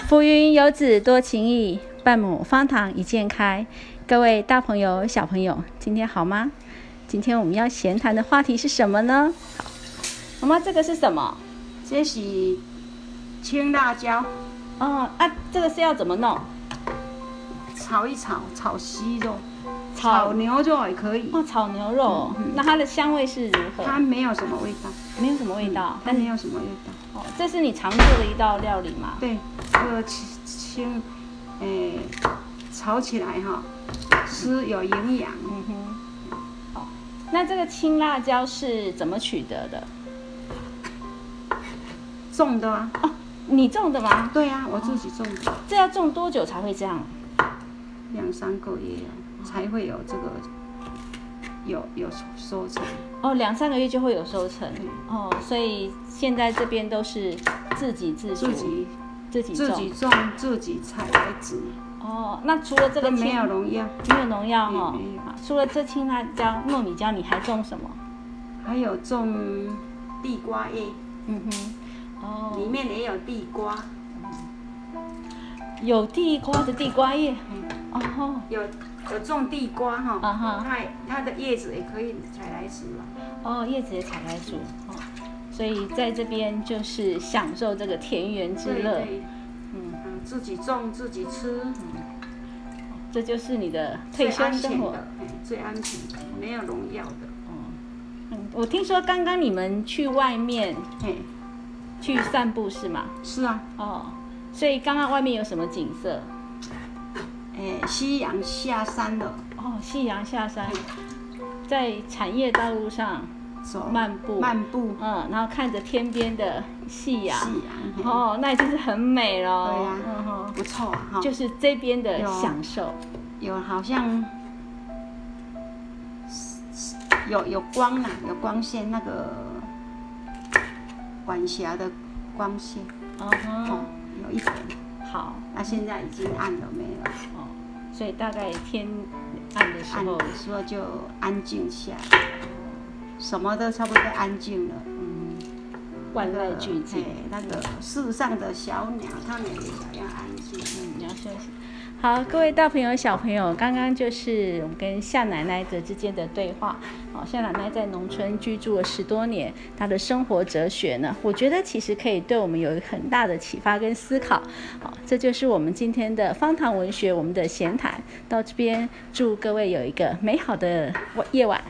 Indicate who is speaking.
Speaker 1: 浮云游子多情意，半亩方塘一鉴开。各位大朋友、小朋友，今天好吗？今天我们要闲谈的话题是什么呢？好，妈妈，这个是什么？
Speaker 2: 这是青辣椒，
Speaker 1: 哦啊，这个是要怎么弄？
Speaker 2: 炒一炒，炒息肉，
Speaker 1: 炒
Speaker 2: 炒牛肉也可以。
Speaker 1: 哦，炒牛肉哦。那它的香味是如何？
Speaker 2: 它没有什么味道，
Speaker 1: 没有什么味道，
Speaker 2: 它
Speaker 1: 但是
Speaker 2: 没有什么味道。
Speaker 1: 哦，这是你常做的一道料理吗？
Speaker 2: 对，这个青青，诶、炒起来哈、是有营养。
Speaker 1: 嗯哼。哦，那这个青辣椒是怎么取得的？
Speaker 2: 种的啊，
Speaker 1: 哦，你种的吗？
Speaker 2: 对啊，我自己种的，
Speaker 1: 这要种多久才会这样？
Speaker 2: 两三个月啊才会有这个有有收成。
Speaker 1: 哦，两三个月就会有收成。哦，所以现在这边都是自给自足，
Speaker 2: 自己
Speaker 1: 自己
Speaker 2: 自
Speaker 1: 种。
Speaker 2: 己种，自己采来煮，
Speaker 1: 哦，那除了这
Speaker 2: 都
Speaker 1: 个青
Speaker 2: 没有农药。
Speaker 1: 没有农药哈、
Speaker 2: 嗯没有
Speaker 1: 啊除了这青辣椒、糯米椒，你还种什么？
Speaker 2: 还有种地瓜叶，
Speaker 1: 嗯哼，哦，
Speaker 2: 里面也有地瓜，
Speaker 1: 有地瓜的地瓜叶。
Speaker 2: 嗯
Speaker 1: 哦
Speaker 2: 有有种地瓜哈、
Speaker 1: 啊哈
Speaker 2: 它它的叶子也可以采来吃啊。
Speaker 1: 哦，叶子也采来煮哦，所以在这边就是享受这个田园之
Speaker 2: 对
Speaker 1: 乐。
Speaker 2: 对，
Speaker 1: 嗯，
Speaker 2: 嗯，自己种自己吃，
Speaker 1: 这就是你的
Speaker 2: 最
Speaker 1: 退休
Speaker 2: 安
Speaker 1: 生
Speaker 2: 全
Speaker 1: 活。
Speaker 2: 的，哎最安全的，没有农药的。
Speaker 1: 嗯，我听说刚刚你们去外面
Speaker 2: 哎，
Speaker 1: 去散步是吗？
Speaker 2: 是啊，
Speaker 1: 哦，所以刚刚外面有什么景色？
Speaker 2: 哎，夕阳下山了，
Speaker 1: 哦，夕阳下山，在产业道路上，
Speaker 2: 走
Speaker 1: 漫步
Speaker 2: 漫步
Speaker 1: 嗯，然后看着天边的夕阳，
Speaker 2: 夕阳，哦，
Speaker 1: 哦，那已经是很美了。
Speaker 2: 对呀
Speaker 1: 嗯哼
Speaker 2: 不错啊哈，
Speaker 1: 就是这边的
Speaker 2: 有
Speaker 1: 享受。
Speaker 2: 有好像有有光啊，有光线那个晚霞的光线，
Speaker 1: 嗯
Speaker 2: 哦
Speaker 1: 哼，，
Speaker 2: 有一点，
Speaker 1: 好，
Speaker 2: 那、现在已经暗了没有？
Speaker 1: 哦，所以大概天暗的时
Speaker 2: 暗
Speaker 1: 候，
Speaker 2: 的时候就安静下来，什么都差不多安静了。
Speaker 1: 嗯，万籁俱寂。
Speaker 2: 哎那个树上的小鸟，它们也想要安静。
Speaker 1: 嗯，你要休息。好，各位大朋友、小朋友，刚刚就是我们跟夏奶奶的之间的对话。哦，夏奶奶在农村居住了十多年，她的生活哲学呢，我觉得其实可以对我们有很大的启发跟思考。好、这就是我们今天的方糖文学我们的闲谈到这边，祝各位有一个美好的晚夜晚，